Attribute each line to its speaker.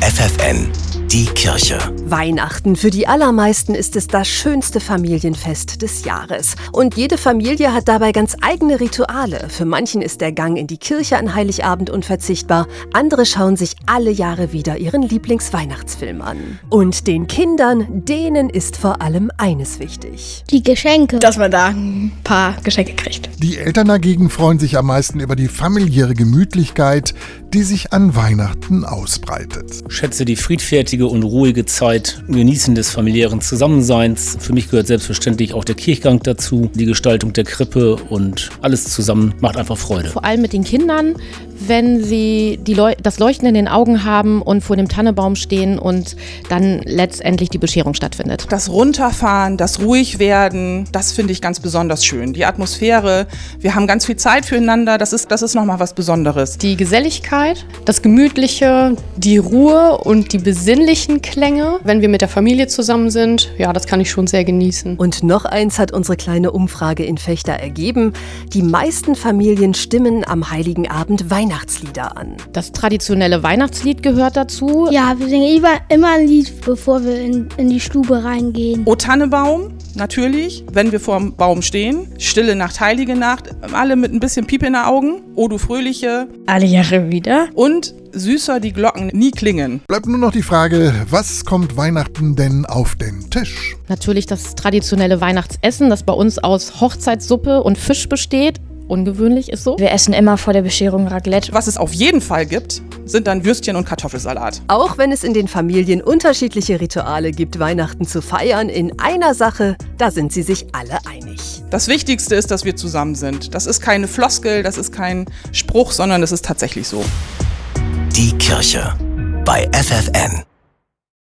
Speaker 1: FFN, die Kirche.
Speaker 2: Weihnachten. Für die allermeisten ist es das schönste Familienfest des Jahres. Und jede Familie hat dabei ganz eigene Rituale. Für manchen ist der Gang in die Kirche an Heiligabend unverzichtbar. Andere schauen sich alle Jahre wieder ihren Lieblingsweihnachtsfilm an. Und den Kindern, denen ist vor allem eines wichtig.
Speaker 3: Die Geschenke.
Speaker 4: dass man da ein paar Geschenke kriegt.
Speaker 5: Die Eltern dagegen freuen sich am meisten über die familiäre Gemütlichkeit, die sich an Weihnachten ausbreitet.
Speaker 6: Schätze die friedfertige und ruhige Zeit, genießen des familiären Zusammenseins. Für mich gehört selbstverständlich auch der Kirchgang dazu, die Gestaltung der Krippe und alles zusammen macht einfach Freude.
Speaker 7: vor allem mit den Kindern, wenn sie die Leu das Leuchten in den Augen haben und vor dem Tannebaum stehen und dann letztendlich die Bescherung stattfindet.
Speaker 8: Das Runterfahren, das Ruhigwerden, das finde ich ganz besonders schön. Die Atmosphäre, wir haben ganz viel Zeit füreinander, das ist, das ist nochmal was Besonderes.
Speaker 4: Die Geselligkeit, das Gemütliche, die Ruhe und die besinnlichen Klänge. Wenn wir mit der Familie zusammen sind, ja, das kann ich schon sehr genießen.
Speaker 2: Und noch eins hat unsere kleine Umfrage in Fechter ergeben. Die meisten Familien stimmen am Heiligen Abend Weihnachtslieder an.
Speaker 7: Das traditionelle Weihnachtslied gehört dazu.
Speaker 3: Ja, wir singen immer, immer ein Lied, bevor wir in, in die Stube reingehen.
Speaker 8: O Tannebaum, natürlich, wenn wir vorm Baum stehen. Stille Nacht, heilige Nacht, alle mit ein bisschen Piep in den Augen. O du Fröhliche.
Speaker 4: Alle Jahre wieder.
Speaker 8: Und süßer die Glocken nie klingen.
Speaker 5: Bleibt nur noch die Frage, was kommt Weihnachten denn auf den Tisch?
Speaker 7: Natürlich das traditionelle Weihnachtsessen, das bei uns aus Hochzeitssuppe und Fisch besteht. Ungewöhnlich ist so.
Speaker 9: Wir essen immer vor der Bescherung Raclette.
Speaker 8: Was es auf jeden Fall gibt, sind dann Würstchen und Kartoffelsalat.
Speaker 2: Auch wenn es in den Familien unterschiedliche Rituale gibt, Weihnachten zu feiern, in einer Sache, da sind sie sich alle einig.
Speaker 8: Das Wichtigste ist, dass wir zusammen sind. Das ist keine Floskel, das ist kein Spruch, sondern das ist tatsächlich so.
Speaker 1: Die Kirche bei FFN.